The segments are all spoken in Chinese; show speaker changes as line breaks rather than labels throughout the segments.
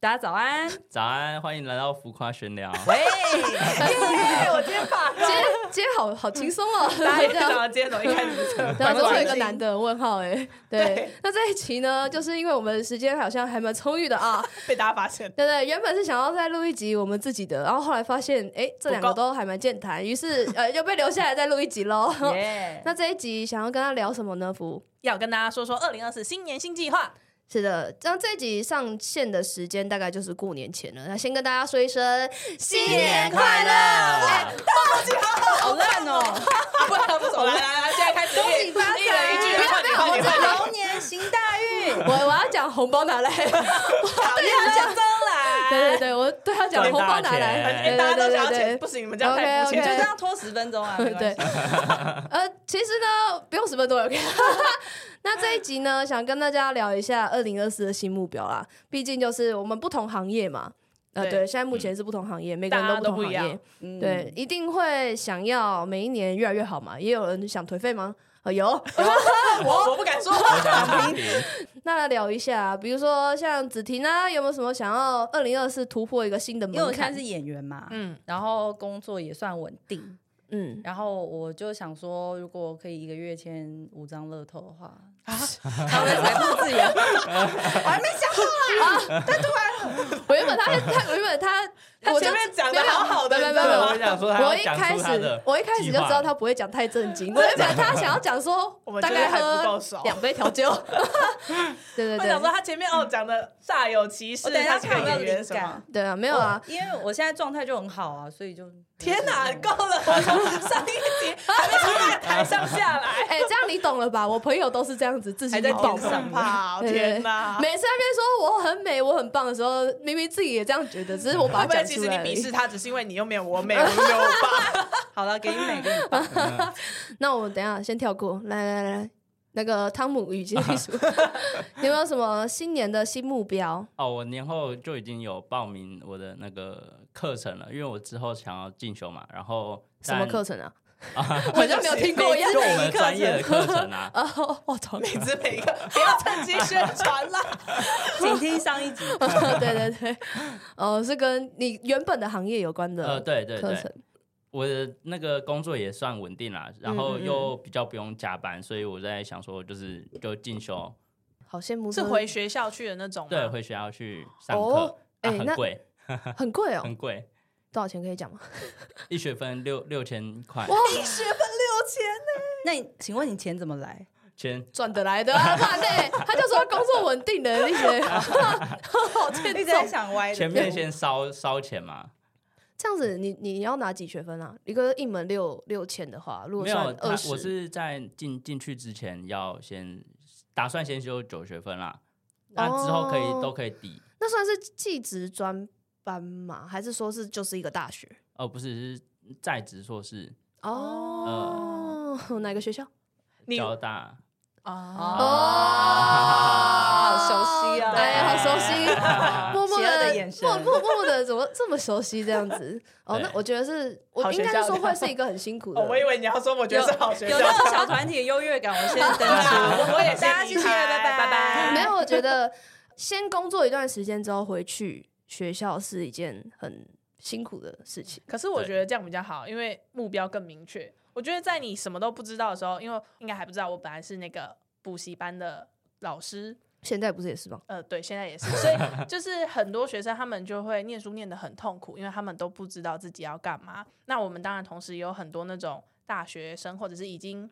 大家早安，
早安，欢迎来到浮夸闲聊。
喂，耶我今天发
今天今天好好轻松 哦，
大家
这
看
样
到今天怎么一开始就这么
然后都会有一个
开心
男的问号 哎、
对
对，那这一期呢，就是因为我们时间好像还蛮充裕的啊，
被大家发现，
对对，原本是想要再录一集我们自己的，然后后来发现哎、这两
不
个
够
都还蛮健谈，于是 呃又被留下来再录一集喽。
耶！
那这一集想要跟他聊什么呢？福，
要跟大家说说二零二四新年新计划，
是的，那这一集上线的时间大概就是过年前了。那先跟大家说一声新
年快乐
哎
好烂哦！不然不走，来来来，现在开始一人一句，快点快点快点，龙年行大运，
我我要讲红包拿来，
讨厌江东来，
对对对，我对他讲
赚
红包
大
拿来，
哎
钱
对对对对
大家都想要
对
钱，不行，你们这样太肤浅，就
OK，OK
这样拖十分钟啊，没关
对
系，
呃，其实呢，不用十分钟也 OK。那这一集呢，想跟大家聊一下二零二四的新目标啦。毕竟就是我们不同行业嘛，呃，
对嗯
对，现在目前是不同行业，每个
大
人
家
都
都不
不同
一
行
样嗯
业，对，一定会想要每一年越来越好嘛。也有人想颓废吗？呃，有。
我我不敢说，
我想躺平，
那来聊一下，啊比如说像子婷啊，有没有什么想要二零二四突破一个新的
因为
门
我现在
槛
是？演员嘛，
嗯
然后工作也算稳定，
嗯，
然后我就想说，如果可以一个月签五张乐透的话，
啊 好的，财富自由，
我还没想好，
我原本他他我原本 他，
他
我就
前面讲的好好的，
没有
你
没
知
有
道
没
对，
吗
我
有
想说他
啊
我
要
一
讲
开
出他
始
的，
我一开始就知道他不会讲太震惊，我讲他想要讲说
我们
大
觉得
概
还不够
喝
熟
两杯调酒，对对
我想说
对，嗯哦
他前面哦讲的煞有其事，
我等一
他
下
是
看有
个
没有
演员
灵
什么
感？。
对啊，没有啊，
因为我现在状态就很好啊，所以就
天哪，够了！我从上一集 还没从那个台上下来，
哎，这样你懂了吧？我朋友都是这样子，自己
还在
爆
天上跑，
对对对
哦天哪！
每次那边说我很美，我很棒的时候，明明自己也这样觉得，只是我把
会 不
它
会
讲
其
出
实你
来而
鄙
已
视。他，只是因为你又没有我美，我又没有我 爸？
好了，给你每个礼拜
那我等一下先跳过，来来来来，那个汤姆与杰 叔，有没有什么新年的新目标？
哦，我年后就已经有报名我的那个课程了，因为我之后想要进修嘛，然后
什么课
程？
程啊？好像没有听过一样，
就。我们专业的课程啊
哦，我操！
每次每一个不要趁机宣传 啦。
请听上一集。
对 对对，哦，是跟你原本的行业有关
呃，
的
对对
课
对，
程。
我的那个工作也算稳定啦，然后
嗯嗯
又比较不用加班，所以我在想说，就是就进
嗯
修，
好羡慕，
是回学校去的那种吗？
对，回学校去上
哦
课，啊
哎那
很贵，
很贵哦，
很贵，
多少钱可以讲吗？
一学分六六千块，
学分六千，
那你请问你钱怎 么来？
千
赚得来的啊，不然呢？他就说工作稳定的那些，好欠
一直在
揍。
想歪的
前面先烧烧钱嘛，
这样子，你你要拿几学分啊？一个一门六六千的话，如果
没有
算，
他
二十，
我是在进进去之前要先打算先修九学分啦，那之后可以
哦
都可以抵，
那算是技职专班吗？还是说是就是一个大学？
哦，不是是在职硕士，
哦，哪个学校？
你
交大。
哦，
哦
好熟悉啊
哎，好熟悉，
啊
默默
邪恶
的
的眼神
默默默默的，怎么这么熟悉这样子？哦，
对
那我觉得是
好
我
学
应
校
该是说会是一个很辛苦的
哦，，我以为你要说我觉得是好学
有
校，
那种小团体的优越感，我先 登
我
出。
我也先
大家谢谢，
离开
拜
拜拜
没有，我觉得先工作一段时间之后回去学校是一件很辛苦的事情。
可是我
对
觉得这样比较好，因为目标更明确。我觉得在你什么都不知道的时候，因为应该还不知道，我本来是那个补习班的老师，
现在不是也是吗？
呃，对，现在也是，所 以就是很多学生他们就会念书念得很痛苦，因为他们都不知道自己要干嘛。那我们当然同时也有很多那种大学生或者是已经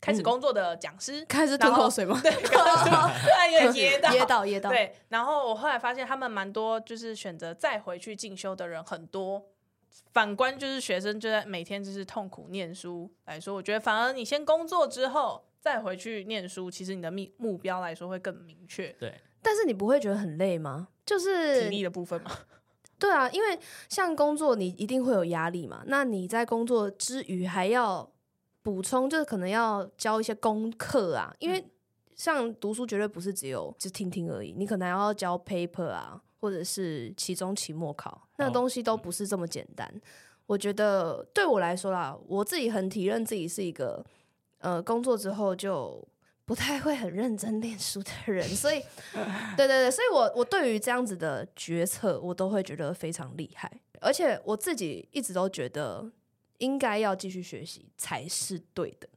开始
嗯
工作的讲师，
开始吞
然后
口水 吗？
对，刚刚说哎呀，噎到，
噎到，噎到。
对，然后我后来发现他们蛮多，就是选择再回去进修的人很多。反观就是学生就在每天就是痛苦念书来说，我觉得反而你先工作之后再回去念书，其实你的目目标来说会更明确。
对，
但是你不会觉得很累吗？就是
体力的部分嘛，
对啊，因为像工作你一定会有压力嘛，那你在工作之余还要补充，就是可能要教一些功课啊，因为像读书绝对不是只有就听听而已，你可能还要交 paper 啊，或者是期中、期末考，那
哦
东西都不是这么简单。我觉得对我来说啦，我自己很体认自己是一个呃，工作之后就不太会很认真 念书的人，所以，对对对，所以我我对于这样子的决策，我都会觉得非常厉害，而且我自己一直都觉得应该要继续学习才是对的。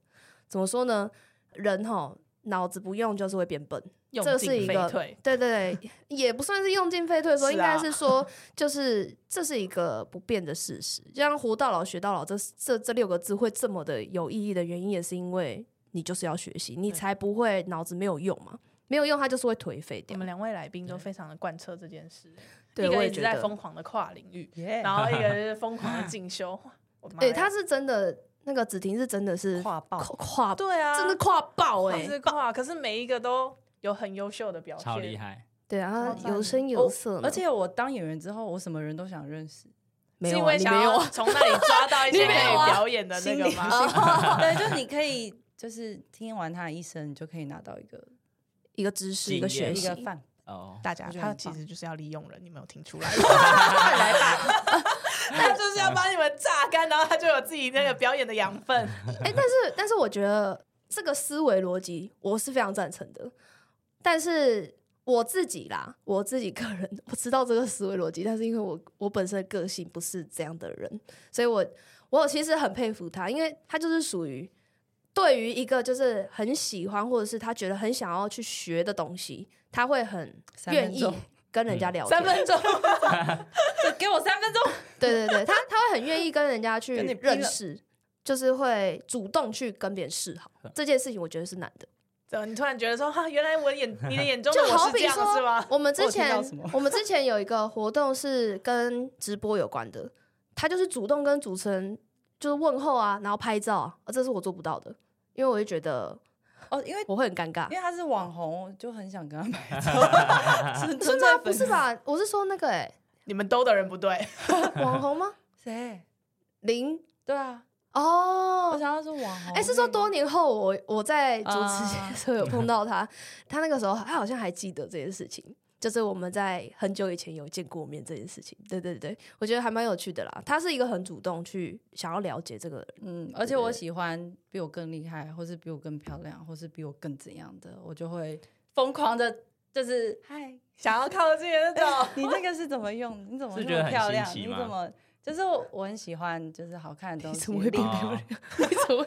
怎么说呢？人哈脑子不用就是会变笨，
用
这
进
是一
废
个
退，
对对对，也不算是用进废退说，
是
应该
啊
是说，就是这是一个不变的事实。就像“活到老，学到老”这这这六个字会这么的有意义的原因，也是因为你就是要学习，你
对
才不会脑子没有用嘛，没有用它就是会颓废
我
掉
们。两位来宾都非常的贯彻这件事，
对，
一
我
个
也
一直
觉
在
得
疯，狂的跨领域，
耶
然后一个就是疯狂的进 修。哇我的妈
对，
呀
他是真的那个子婷是真的是
跨爆
跨，
对啊，
真的跨爆哎、
是跨，可是每一个都有很优秀的表现，
超厉害。
对啊，
超
她
赞
有
的哦
声有
我
色呢、
而且我当演员之后，我什么人都想认识。
没
是
有
因
啊，
为
你
想
没有
要
啊，
从那里抓到一些
你
可
没
以
有啊
表演的那
心
个
理
嗯
吗？
哦对，就你可以就是听完他的一生，你就可以拿到一个
一个知识，一个
经验
学
一
习
个，范。
哦，
大家
我觉得
他
很
其
棒
实就是要利用人，你没有听出来吗？ 他就是要把你们榨干，然后他就有自己那个表演的养分。
哎、但是但是我觉得这个思维逻辑我是非常赞成的，但是我自己啦，我自己个人我知道这个思维逻辑，但是因为我我本身的个性不是这样的人，所以我我其实很佩服他，因为他就是属于对于一个就是很喜欢或者是他觉得很想要去学的东西，他会很
三分
愿意
钟
跟人家聊天。
嗯三分 钟，
给我三分钟，
对对对，他他会很愿意跟人家去
跟你拼
认
了
识，就是会主动去跟别人示好，
嗯
这件事情我觉得是难的。
怎么你突然觉得说哈，原来我眼你的眼中的
就
我
好
是
比
这样
说
是吗？
我们
我
之
有听
前
到什么
我们之前有一个活动是跟直播有关的，他就是主动跟主持人就是问候啊，然后拍照啊，啊这是我做不到的，因为我就觉得
哦，因为
我会很尴尬
因。为他是网红，就很想跟他买。
纯
是
啊
吗？不是吧？我是说那个哎、
你们兜的人不对，
网红吗？
谁？
零
对啊，我
哦，
想要是网红。
哎、是说多年后我我在主持节
啊
的时候有碰到他，他那个时候他好像还记得这件事情，就是我们在很久以前有见过面这件事情。对对对，我觉得还蛮有趣的啦。他是一个很主动去想要了解这个人，
嗯，而且我喜欢比我更厉害，或是比我更漂亮，或是比我更怎样的，我就会疯狂的，就是嗨，
想要靠近的那种。
你那个是怎么用？你怎么
是觉
那
得
么
很
漂
新
亮？
奇
你
吗
怎么？就是我我很喜欢，就是好看的东
你
西。
怎么会变
然后
漂亮？你怎么 会？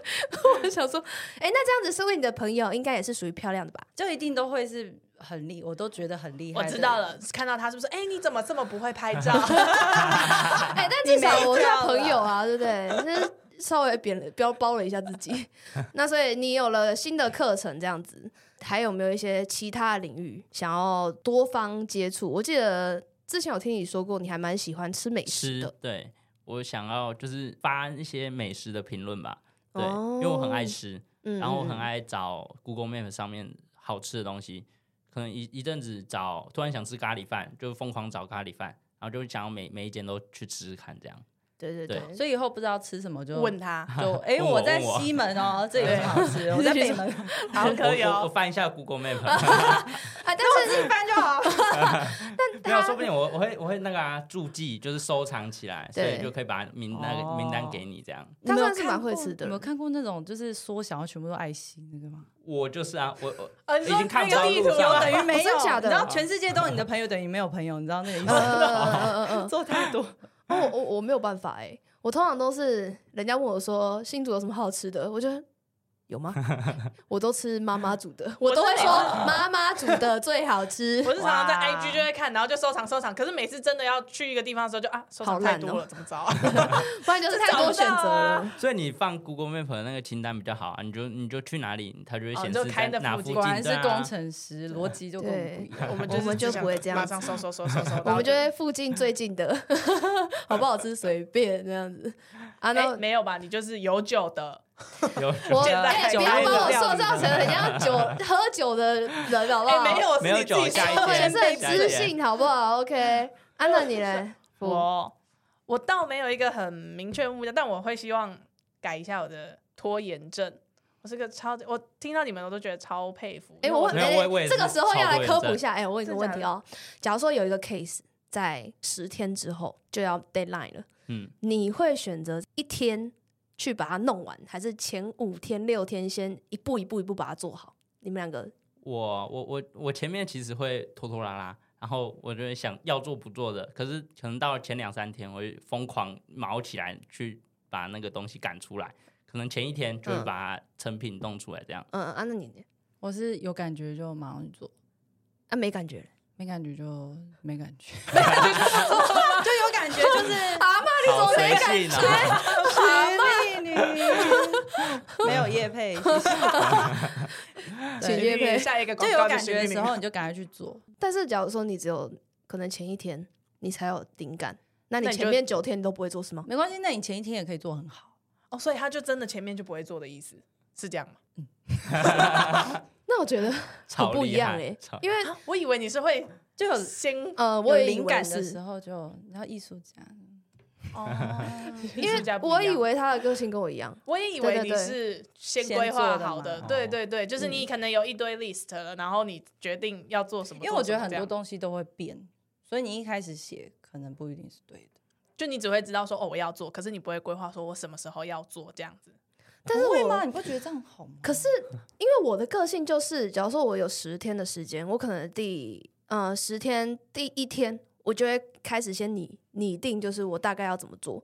我想说，哎、那这样子身为你的朋友，应该也是属于漂亮的吧？
就一定都会是很厉，我都觉得很厉害。
我知道，了，看到他是不是？哎，你怎么这么不会拍 照？
哎、但至少我是
你没
他朋友啊，对不对？就是稍微贬了标包了一下自 己。那所以你有了新的课程，这样子，还有没有一些其他的领域想要多方接触？我记得之前有听你说过，你还蛮喜欢吃美
吃
食的。
对我想要就是发一些美食的评论吧，对，
哦
因为我很爱吃，
嗯
然后我很
嗯
爱找 Google Map 上面好吃的东西，可能一一阵子找，突然想吃咖喱饭，就疯狂找咖喱饭，然后就想要每每一间都去吃吃看这样。
对对对
对，
所以以后不知道吃什么就
问他，
就哎、
问我
我在
问我
西门哦，这里有什么好吃？我在北门，
好可以
我我我
哦，
翻一下 Google Map，
啊，但是
一般就好。
没有，说不定我我会我会那个啊注记，就是收藏起来，所
对
以就可以把名那个
哦
名单给你这样。
他
你们
算
有
是蛮
看过
会吃的
你
人
有看过那种就是说想要全部都爱心那个吗？
我就是啊，我我
啊你
已
说
经看不
那个
到
地
路
图
上
有
了
等于没
哦真
有，
的假的
你知道全世界都有你的朋友等于没有朋友，你知道那个意思
呃
吗？
呃呃
做 太多，
呃，哦，我我没有办法哎、我通常都是人家问我说新竹有什么好吃的，我就。有吗？我都吃妈妈煮的，我都会说妈妈煮的最好吃。
我是常常在
哇
IG 就会看，然后就收藏收藏。可是每次真的要去一个地方的时候就，啊，收
好
藏
烂
太
哦
多了，怎么啊 着？
不然就是太多选择
啊
了。
所以你放 Google Map 的那个清单比较好啊，你就你就去哪里，它就会
哦
显
你就
示在
开那
哪
附
附
近
近。
果然是
对啊
工程师，逻辑就跟我们不一 样。
我们
就我们就
只想
不会这样
马上收收收哎收收。
我们就
得
会附 近最近的好不好吃随便这样子啊。那
哎，没有吧？你就是有酒的，
有
我
现在
哎，
酒
不要
类
把我
料
塑
理
造成很像酒 喝酒的人好不好？
哎，没有，哎
没
是
有
你自
酒
己
加一
说
我也
的
点
是很
加一
知
点
性好不好？OK，啊，那你嘞？
我我倒没有一个很明确的目标，但我会希望改一下我的拖延症。我是个超级，我听到你们我都觉得超佩服。
哎，
因为
我问，
是
没有
哎
我我也，是
这个时候要来科
超多
普
人
一下。哎，我问你个问题哦，假如说有一个 case 在十天之后就要 deadline 了，
嗯，
你会选择一天去把它弄完，还是前五天六天先一步一步一步把它做好？你们两个
我我我我前面其实会拖拖拉拉，然后我就会想要做不做的，可是可能到前两三天，我会疯狂毛起来去把那个东西赶出来，可能前一天就会
嗯
把它成品弄出来，这样。
嗯啊，那你
我是有感觉就马上去做，
啊没感觉了，
没感觉就没感觉，就有感觉就是
阿妈
好随性啊！
实力女，
没有叶配，谢 谢
啊
请
对
约配
下一个
就
广
有
告
感觉的时候
你
你就赶快去做，
但是假如说你只有可能前一天你才有灵感，那你
那你就
前面九天你都不会做是吗？
没关系，那你前一天也可以做很好。
哦，所以他就真的前面就不会做的意思，是这样吗？
那我觉得
超
很不一
厉
样
害
哎、
超
因为
我以为你是会
就有
先
呃，
啊有
我也以
灵
为
感的
是
时候就，然后艺术家，
哦，
因 为
艺术家不一
我
样
以为他的个性跟我一样，
我也以
对
为
对
你
对
是先
先
规
做
划
的
好
嘛嗯
的，
哦
对对对，就是你可能有一堆 list 了，然后你决定要做什么，
因为我觉得
做
很
什么这
多
样
东西都会变，所以你一开始写可能不一定是对的。
就你只会知道说哦我要做，可是你不会规划说我什么时候要做这样子。
但是
不会
我
吗？你不觉得这样好吗？
可 是因为我的个性就是，假如说我有十天的时间，我可能第呃十天第一天，我就会开始先拟拟定，就是我大概要怎么做，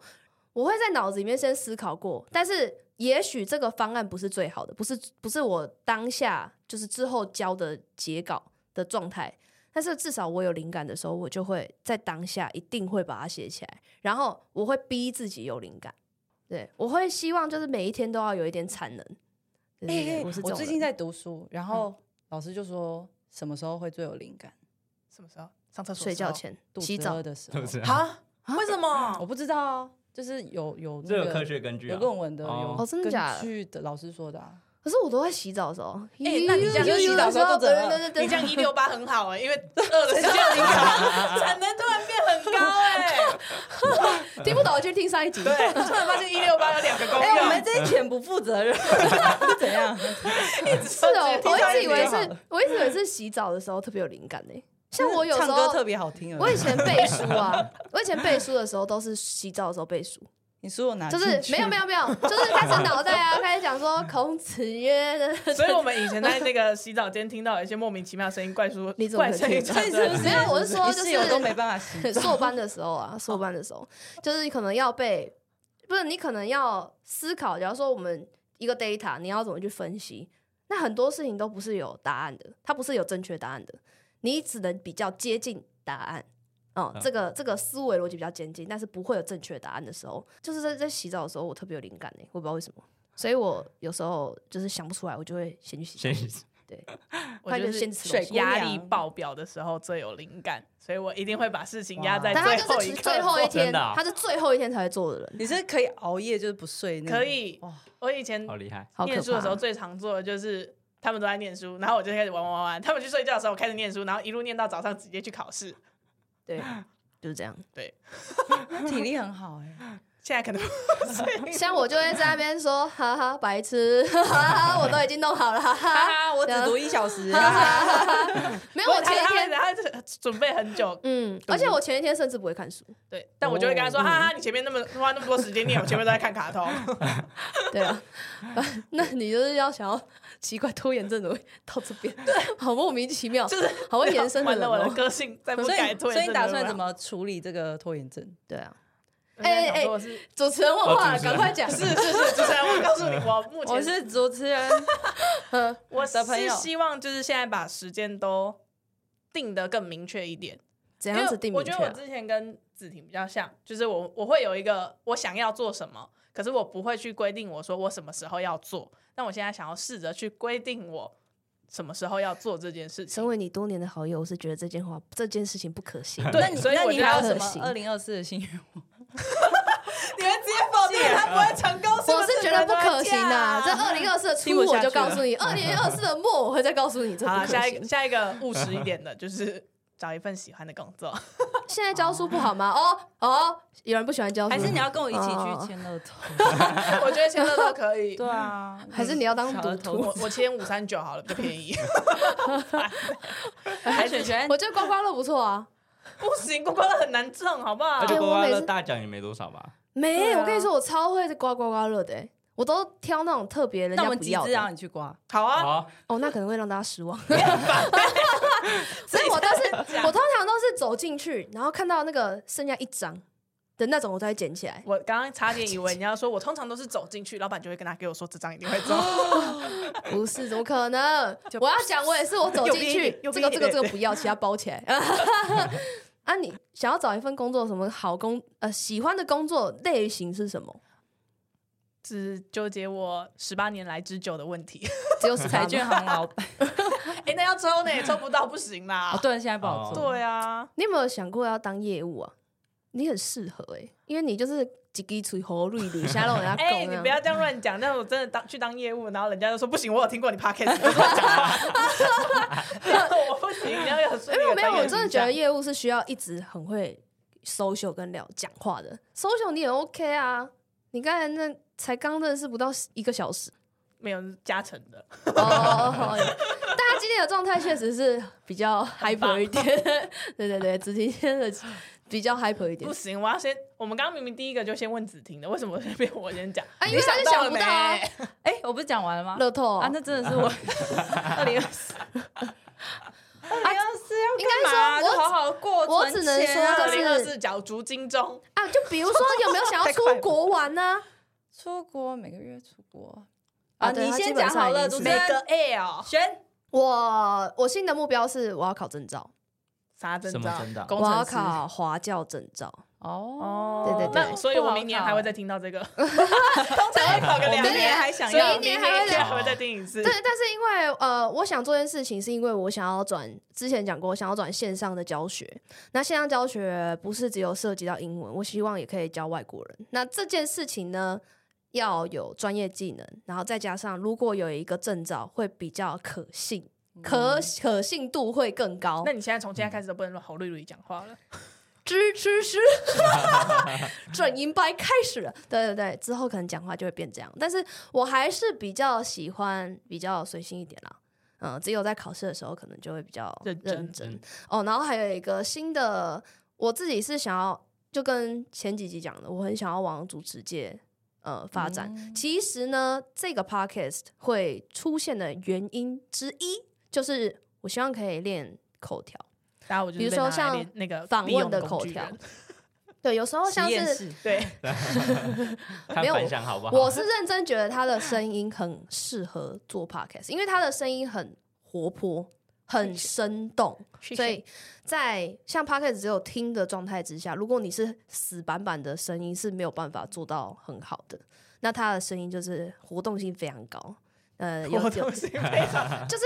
我会在脑子里面先思考过，但是也许这个方案不是最好的，不是不是我当下就是之后交的结稿的状态。但是至少我有灵感的时候，我就会在当下一定会把它写起来，然后我会逼自己有灵感。对，我会希望就是每一天都要有一点产能。对对对
哎，
我是这
我
种
最近
人
在读书，
嗯
然后老师就说什么时候会最有灵感？
什么时候上厕所？
睡觉。前、
肚
洗
子
澡
饿，的时
是
候
不，是？
啊？为什么？
我不知道啊，就是有有
这有
那
科
个
学根据
有
啊！
论文的，
哦
有
哦真的假的
根据的老师说的啊。
可是我都在洗澡的时候。
哎那你这样
呦
就洗澡
的时候肚子饿
对对
你
对
这
对，
样一六八很好哎、 因为饿了时间很 高，产能突然变很高哎、
听不懂我去听上一集。
对，突然发现一六八有两个功
哎、我们
用，
这一群不负责任， 是怎样？
是哦，我一直以为
听上一集
是，我一直以为是洗澡的时候特别有灵感呢。像我有时
唱歌
候
特，别好听
我
而
以
已。
前背书啊，我以前背书的时候都是洗澡的时候背书，
你说我哪
就
啊进
是
去？
没有没有没有， 就是开始脑袋啊开始讲说孔子曰的，
所以我们以前在那个洗澡间听到有一些莫名其妙的声音，怪 叔
你怎么
怪
可
声
以
音
听
传
到
出
所以
来，
是不
没
是
有，我是说
你
就
室
是
友都没办法 洗澡？
硕班的时候啊，硕班的时候，就是可能要被，不是你可能要思考，假如说我们一个 data，你要怎么去分析？那很多事情都不是有答案的，它不是有正确答案的，你只能比较接近答案。哦、
嗯
这个这个思维逻辑比较接近，但是不会有正确答案的时候，就是在在洗澡的时候，我特别有灵感呢、欸我不知道为什么，所以我有时候就是想不出来，我就会先去洗澡
先，
我就
他就是先吃
东西
压力爆表的时候最有灵感，所以我一定会把事情压在
但
哎最
他就
后
是
一
只
刻。
最后一天，
真的啊
他是最后一天才会做的人，
你是可以熬夜就是不睡那种？
可以
哇，
我以前
好厉害！
好可怕。
念书的时候最常做的就是。他们都在念书，然后我就开始玩玩玩玩。他们去睡觉的时候，我开始念书，然后一路念到早上，直接去考试。
对，就是这样。
体力很好哎、
现在可能
像我就会在那边说，哈哈，白痴，哈哈，我都已经弄好了，哈
哈
哈，
哈，我只读一小 时，
哈哈哈哈。没有，我前一
他
天，
他他准备很 久，
嗯，而且我前一天甚至不会看书，
对，但我就会跟他说：“
哦
哈哈，你前面那么花那么多时间念，我前面都在看卡通。
对啊， 那你就是要想要奇怪拖延症的到这边，对，好莫名其妙，
就是
好会延伸的
完
人
了我的
哦，
个性，再不
所
改
以
退，
所以你打算怎
么？
么处理这个拖延症？
对啊。
哎哎，
哎
我是
主持人问话
哦
了，
主持人
赶快讲，
是是是，主持人，我告诉你，我目前
我是主持人，
我
的朋
是
友
希望就是现在把时间都定得更明确一点，
怎样子定明
因为
确
我觉得我
啊？
之前跟子婷比较像，就是我我会有一个我想要做什么，可是我不会去规定我说我什么时候要做。但我现在想要试着去规定我什么时候要做这件事情。
身为你多年的好友，我是觉得这件话这件事情不 可行。
对
那你
所以
那
我
你
就
还
要
有什
可行
么二零二四的心愿？
你们直接否定他不会成 功，
啊我是觉得不可行的、
啊！
这二零二四的初
听不
我
下去
就告诉你，二零二四的末我会再告诉你，这不
好
可
了，下一
行
个。下一个务实一点的，就是找一份喜欢的工作。
现在教书不好吗？哦哦，有人不喜欢教书，
还是你要跟我一起
哦
去签乐透？
我觉得签乐都可 以。
对 啊，
还是你要当赌徒？
我我签五三九好了，比较便宜。
海选选
我觉得刮刮乐不错啊。
不行，刮刮乐很难挣，好不好
而？且
哎
刮
我
刮
每
乐
次
大奖也没多少吧？
没，
对啊
我跟你说，我超会刮刮刮乐的欸。我都挑那种特别人
那我
家
们
不
集
要
资啊
的
让。你去刮，
好啊，
好，
哦，那可能会让大家失望。 所以我都是我通常都是走进去，然后看到那个剩下一张的那种，我才会捡起来。
我刚刚差点以为你要说，我通常都是走进去，老板就会跟他给我说这张一定会 中。
不是，怎么可能？我要讲，我也是，我走进去，
有
这
逼
个
你有逼你
这个这个不要，其他包起来。 啊，你想要找一份工作，什么好工？呃，喜欢的工作类型是什么？
只纠结我十八年来之久的问题。
只有彩
彩
啊
券行老板。
哎、那要抽呢，抽不到不行啦。
哦，对，现在不好做。
对啊，
你有没有想过要当业务啊？你很适合哎、因为你就是几滴吹喉绿绿，瞎让人家
哎、
拱
你
啊
不要这样乱讲。但我真的当去当业务，然后人家就说不行，我有听过你 podcast，你就乱讲啊我不行，你要有顺利
没有
地
没
当
有，
业务
我真的
形
觉
象
得业务是需要一直很会 social 跟聊讲话的。social 你也 OK 啊，你刚才那才刚认识不到一个小时。
没有是加成的。
哦哦哦哦，大家今天的状态确实是比较 hyper 一点， 对对对，子婷现在的比较 hyper 一点
不。行，我要先。我们刚刚明明第一个就先问子婷的，为什么这边我先讲？
啊，因为他就想不到啊，
哎、我不是讲完了吗？
乐透
啊，那真 的是我二零二啊四，
二零二四要
应该说
干嘛
我
就好好过
我
存
只能
钱啊，
说
二
就是
零二四角逐金钟，
啊，就比如说有没有想要出国玩 呢、
出国每个月出国
啊
啊，
对
你
他基
先
本
讲
上
好
已
了，
经是
主持
每
人
个 L
选
我我新的目标是我要考证照，
啥证
什么
照？
真的？
工
我要
程师。
考华教证照。
哦，
对对对
那所以我明年还会再听到这个，通常会 考个两
我明年
年，
还想
所以
要
明年
明年
还会再听一次
对。，但是因为呃，我想做这件事情，是因为我想要转，之前讲过，我想要转线上的教学。那线上教学不是只有涉及到英文，我希望也可以教外国人。那这件事情呢，要有专业技能，然后再加上如果有一个证照，会比较可信，可可信度会更高
那。你现在从现在开始都不能乱吼绿绿讲话了。
吱吱 吱，转银白开始了。对对对，之后可能讲话就会变这样，但是我还是比较喜欢比较随性一点啦。嗯，只有在考试的时候，可能就会比较
认真
嗯
哦。然后还有一个新的，我自己是想要，就跟前几集讲的，我很想要往主持界呃发展。其实呢，这个 podcast 会出现的原因之一，就是我希望可以练口条。
然后我就
比
是
如
被
说
拿来
像
练那个
访
利用
问的
工
口
具
条
人
对，有
哦
时候像
实验
是
室
对，
看
没有
反响好不好？
我是认真觉得他的声音很适合做 podcast，因为他的声音很活泼、很生动，
谢
所
谢
以在像 podcast 只有听的状态之下，如果你是死板板的声音是没有办法做到很好的。那他的声音就是活动性非常高，呃，有
我
有
东西非常
就是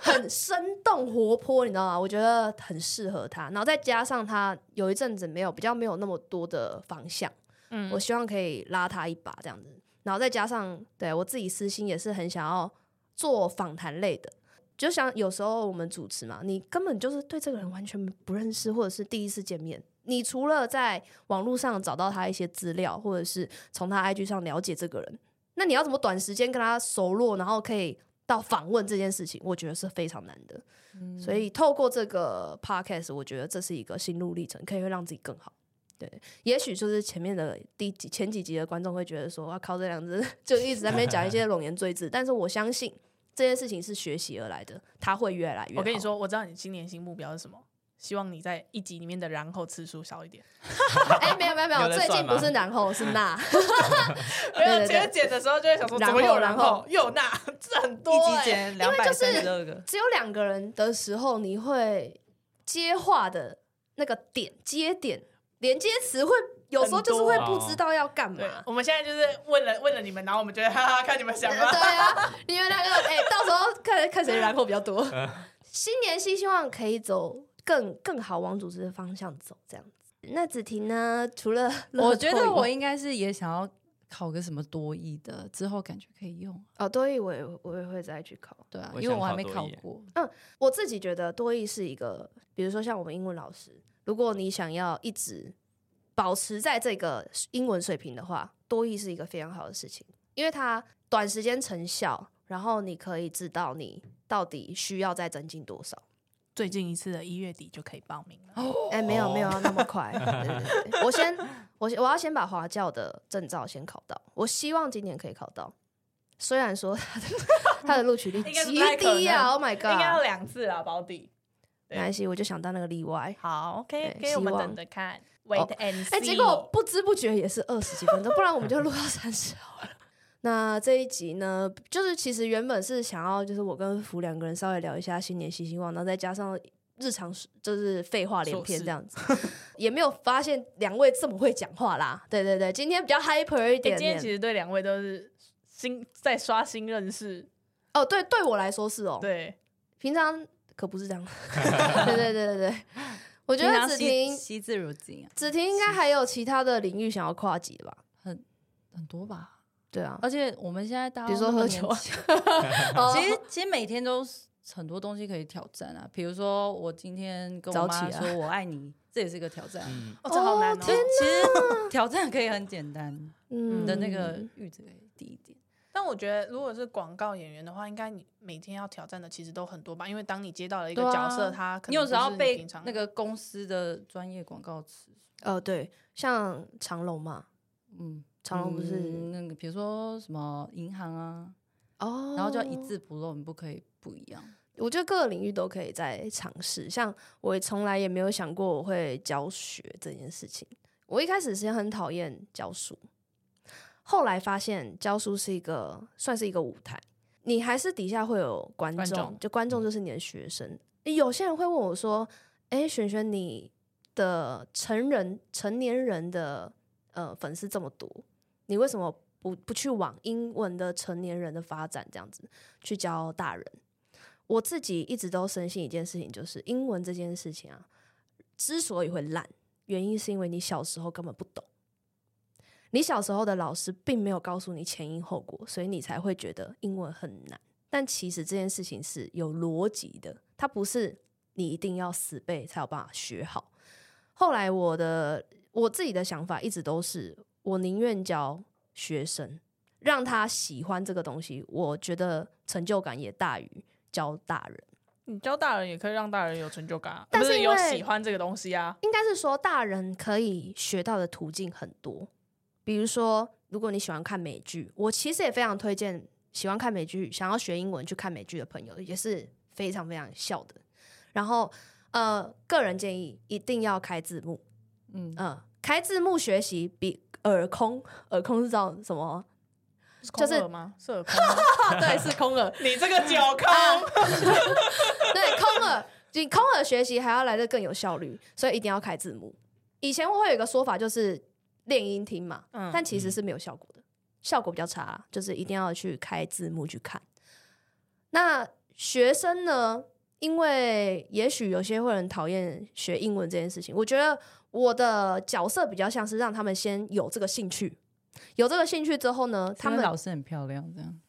很生动活泼，你知道吗？我觉得很适合他。然后再加上他有一阵子没有比较没有那么多的方向，嗯，我希望可以拉他一把这样子。然后再加上对我自己私心也是很想要做访谈类的，就像有时候我们主持嘛，你根本就是对这个人完全不认识，或者是第一次见面。你除了在网络上找到他一些资料，或者是从他 IG 上了解这个人，那你要怎么短时间跟他熟络，然后可以到访问这件事情，我觉得是非常难的。
嗯
所以透过这个 podcast，我觉得这是一个心路历程，可以会让自己更好。对，也许就是前面的第几前几集的观众会觉得说，啊靠，这两只就一直在那边讲一些冗言赘字，但是我相信这件事情是学习而来的，它会越来越好。
我跟你，说，我知道你今年新目标是什么，希望你在一集里面的然后次数少一点。
哎、没有没有没有，
有人
最近
算吗
不是然后是那，
没有，
对对
今天剪的时候就会想说，怎么又
然后然
后
后
哦又那， 这很多
一
欸
集减两百三十二个，
只有两个人的时候，你会接话的那个点接点连接词会有时候就是会
很多
不
啊
知道要干嘛
对。，我们现在就是问了问了你们，然后我们觉得哈哈，看你们想
对
吧。
啊，你们两个哎、到时候看看谁然后比较多。新年新希望可以走更更好往组织的方向走，这样子。那子婷呢？除了
我觉
乐透以
得
外
我应该是也想要考个什么多艺的，之后感觉可以用，
哦，多益我也我也会再去考。
对啊，
我也
因为
想
我还
考
没
多
考
益耶
过，
我自己觉得多益是一个，比如说像我们英文老师，如果你想要一直保持在这个英文水平的话，多益是一个非常好的事情，因为它短时间成效，然后你可以知道你到底需要再增进多少。
最近一次的一月底就可以报名了。
哎、没有
哦
没有要那么快，对对对我先我先我要先把华教的证照先考到，我希望今年可以考到。虽然说他的他的录取率
应该是
极
不太可
低啊
能
，Oh my
应该要
god！
两次啦，保底。
没关系，我就想当那个例外。
好，OK，
对
给我们
希望
等着看，Wait and see。
哎、结
E
果不知不觉也是二十几分钟，不然我们就录到三十好了。 那这一集呢，就是其实原本是想要，就是我跟福两个人稍微聊一下新年新希望，然后再加上日常就是废话连篇这样子， 也没有发现两位这么会讲话啦。对对对，今天比较 hyper 一
哎今天
点点。
其实对两位都是新在刷新认识，
哦，对，对我来说是哦，
对，
平常可不是 这样。对对对对对，我觉得
平常
子
惜
婷，
惜字如金啊，
子婷应该还有其他的领域想要跨级的吧？
很多吧。
对啊，哦
而且我们现在大家
比如说
都那么
喝酒
年轻 呃其实其实每天都是很多东西可以挑战啊。比如说我今天跟我
早
妈
起啊
说我爱你，这也是个挑战啊。
嗯，
哦，这好难哦。
其实 挑战可以很简单，
嗯
你的那个阈值可以低一点。
但我觉得，如果是广告演员的话，应该你每天要挑战的其实都很多吧？因为当你接到了一个
对啊
角色，他可能
你有时候
不是
被
平常
那个公司的专业广告词，
哦，对，像长隆嘛，
嗯，
长隆不是、
嗯那个，比如说什么银行啊，
哦，
然后就要一字不漏，你不可以不一样。
我觉得各个领域都可以再尝试。像我也从来也没有想过我会教学这件事情。我一开始是很讨厌教书，后来发现教书是一个算是一个舞台，你还是底下会有观众，
观众
就观众就是你的学生。有些人会问我说：“哎、璇璇，你的成人成年人的呃粉丝这么多，你为什么不不去往英文的成年人的发展这样子去教大人？”我自己一直都深信一件事情，就是英文这件事情啊，之所以会烂，原因是因为你小时候根本不懂，你小时候的老师并没有告诉你前因后果，所以你才会觉得英文很难。但其实这件事情是有逻辑的，它不是你一定要死背才有办法学好。后来我的我自己的想法一直都是，我宁愿教学生，让他喜欢这个东西，我觉得成就感也大于教大人。
你教大人也可以让大人有成就感、啊，
但
不
是
是
因
有
为
喜欢这个东西啊？
应该是说大人可以学到的途径很多，比如说，如果你喜欢看美剧，我其实也非常推荐喜欢看美剧、想要学英文去看美剧的朋友，也是非常非常效的。然后，呃，个人建议一定要开字幕，
嗯，
嗯、开字幕学习比耳空，耳空是叫什 么？
是
就是
空耳吗？是耳空吗
啊对，是空耳，
你这个脚康，
啊 对，空耳，你空耳学习还要来的更有效率，所以一定要开字幕。以前我会有一个说法，就是练音听嘛，
嗯
但其实是没有效果的，效果比较差啦，就是一定要去开字幕去看。那学生呢？因为也许有些会很讨厌学英文这件事情，我觉得我的角色比较像是让他们先有这个兴趣，有这个兴趣之后呢，他
因为
们
老师很漂亮，这样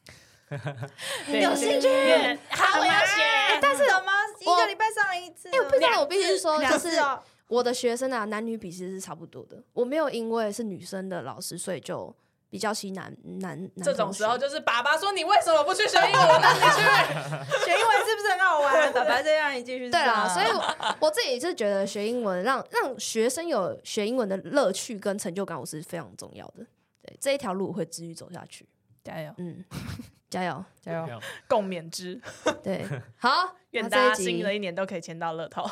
对
有兴趣
对好，我要学。
但是什么一
我
个礼拜上一次哦，
哎，我不知道，我必须说，就
两
是
次哦，
我的学生啊，男女比其实是差不多的。我没有因为是女生的老师，所以就比较吸男男男
这
同
种
学
时候就是爸爸说：“你为什么不去学英文？啊那你去。
学英文是不是很好玩啊？爸爸再让你继续
对啦，
上，
所以我 我自己是觉得学英文让让学生有学英文的乐趣跟成就感，我是非常重要的。对这一条路我会继续走下去，
加油，
嗯， 加油！
加油！
共勉之，
对，好，
愿
那这
大
一
家新
集
的一年都可以签到乐透。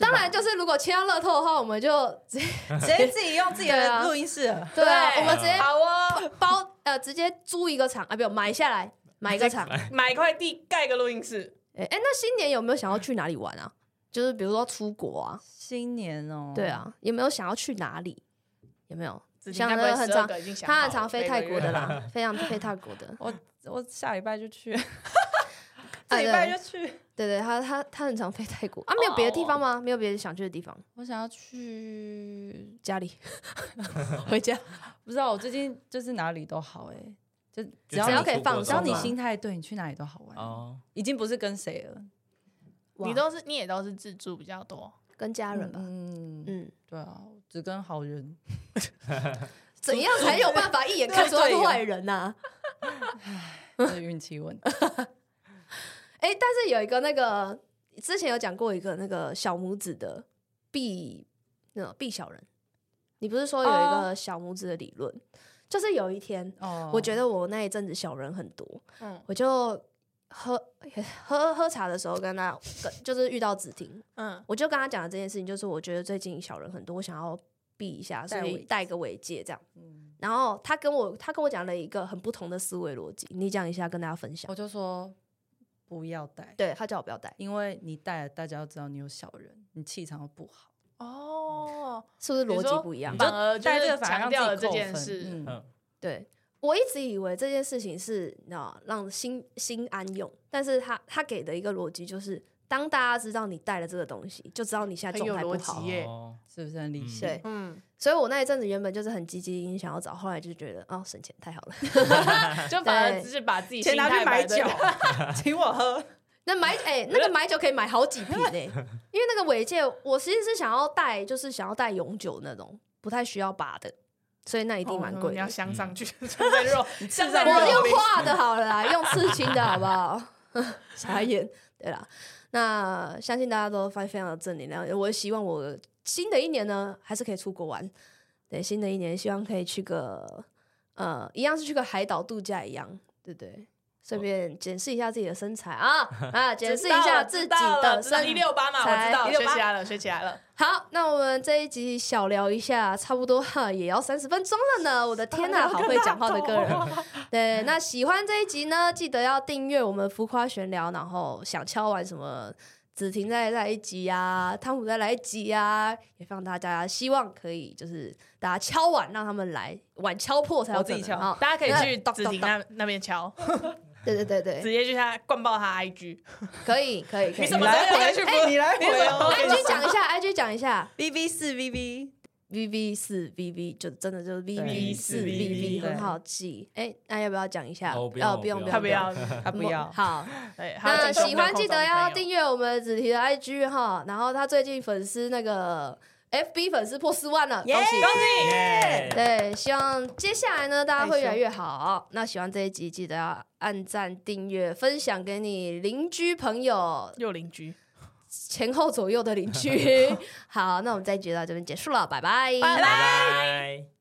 当然就是如果签到乐透的话，我们就直接
直接自己用自己
对啊
的录音室了，
对啊，我们直接
好哦，
包呃直接租一个场啊，不，买下来买一个场。
买一块地盖个录音室，
哎、哎，那新年有没有想要去哪里玩啊？就是比如说出国啊，
新年哦，
对，啊，有没有想要去哪里？有没有？
自己
想
该不
的
会
很
十
长
二，个已经想好了
他很常飞
每个
泰国
月
的啦，非常飞泰国的。
我下礼拜就去，
这
啊
礼拜就去，
对对，他他他很常飞泰国
哦
啊，没有别的地方吗？没有别的想去的地方？
我想要去，
家里回家，
不知道我最近就是哪里都好哎、就只要
只要
你
可以放
只要你
松嘛
心态对，你去哪里都好玩。
哦，
已经不是跟谁了，
你
哇
都是你也都是自助比较多，
跟家人吧。
嗯，嗯
嗯，
对啊，只跟好 人。
怎样才有办法一眼
啊
看出他是
对对
坏人啊呐、
这运气问题。
哎、但是有一个那个之前有讲过一个那个小拇指的哦避那种避小人，你不是说有一个小拇指的理论，就是有一天，
哦
我觉得我那一阵子小人很多，
嗯
我就喝喝喝茶的时候跟他，跟就是遇到子婷，
嗯
我就跟他讲了这件事情，就是我觉得最近小人很多，我想要避一下，所
戴围
以
巾
带个尾戒这样。
嗯
然后他跟我他跟我讲了一个很不同的思维逻辑，你讲一下跟大家分享
我。就说不要戴，
哦对他叫我不要戴，
因为你戴了，大家都知道你有小人，你气场又不好，
哦，
是不是
你
逻
说
辑不一样？
反而就
戴这
是
个反而
强
让
调了
自
这
己扣
件
分
事，
嗯，
对我一直以为这件事情是那让心心安用，但是他他给的一个逻辑就是，当大家知道你带了这个东西，就知道你现在
很有
状
逻
态不好
辑。耶
哦
是不是很理
嗯
性？
对，
嗯，
所以我那一阵子原本就是很积极想要找，后来就觉得哦省钱太好了。
就反而
对
只是把自己
钱
心
拿
态
去买
摆在
酒，请我喝。
那买哎、那个买酒可以买好几 瓶呢、因为那个尾戒我其实是想要戴，就是想要戴永久那种，不太需要拔的，所以那一定蛮
哦
贵
你
的。嗯
要镶上去， 穿在 肉，镶在
我
肉
用
里。
画的好了啦， 用刺青的好不好？ 傻眼。对啦，那相信大家都发非常的正能量。我也希望我新的一年呢，还是可以出国玩。对，新的一年希望可以去个呃，一样是去个海岛度假一样，对不对？顺便检视一下自己的身材啊 啊，检视一下自己的身
一六八嘛，我知
材
道了，学
168
起来了，学起来 了。
好，那我们这一集小聊一下，差不多哈也要三十分钟了呢。我的天呐、 好会讲话的个人。
嗯
对，那喜欢这一集呢，记得要订阅我们浮夸闲聊，然后想敲完什么。子婷再来一集啊，汤姆再来一集啊，也让大家希望可以就是大家敲碗，让他们来碗敲破才有
我
可
自己
能
敲
啊。
大家可以
那
去
咚
子
咚
婷
咚
那那边敲，
对对对
哎
对，
直接去他灌爆他 IG。
可以可以可以。
你怎么
来
知道
回
去
哎你来回哦。
IG 讲一下，IG 讲一下。
V V 四 V V，
VV 四 VV 就真的就是 VV 四
VV
VV
对
很好记。哎，那要不要讲一下？
哦
哦，
不用
不用
不
他
用
不要，
他不要。
好，
对，好
那
这个我
喜
没有
欢记
空
得
找
要
你朋友
订阅我们子提的 IG 哈，然后他最近粉丝那个 FB 粉丝破四万了，恭喜！
恭喜。
耶
对，希望接下来呢，大家会越来越好。那喜欢这一集，记得要按赞、订阅、分享给你邻居、朋友、
右邻居，
前后左右的邻居。好，那我们这一集到这边结束了，拜拜，
拜拜
拜拜。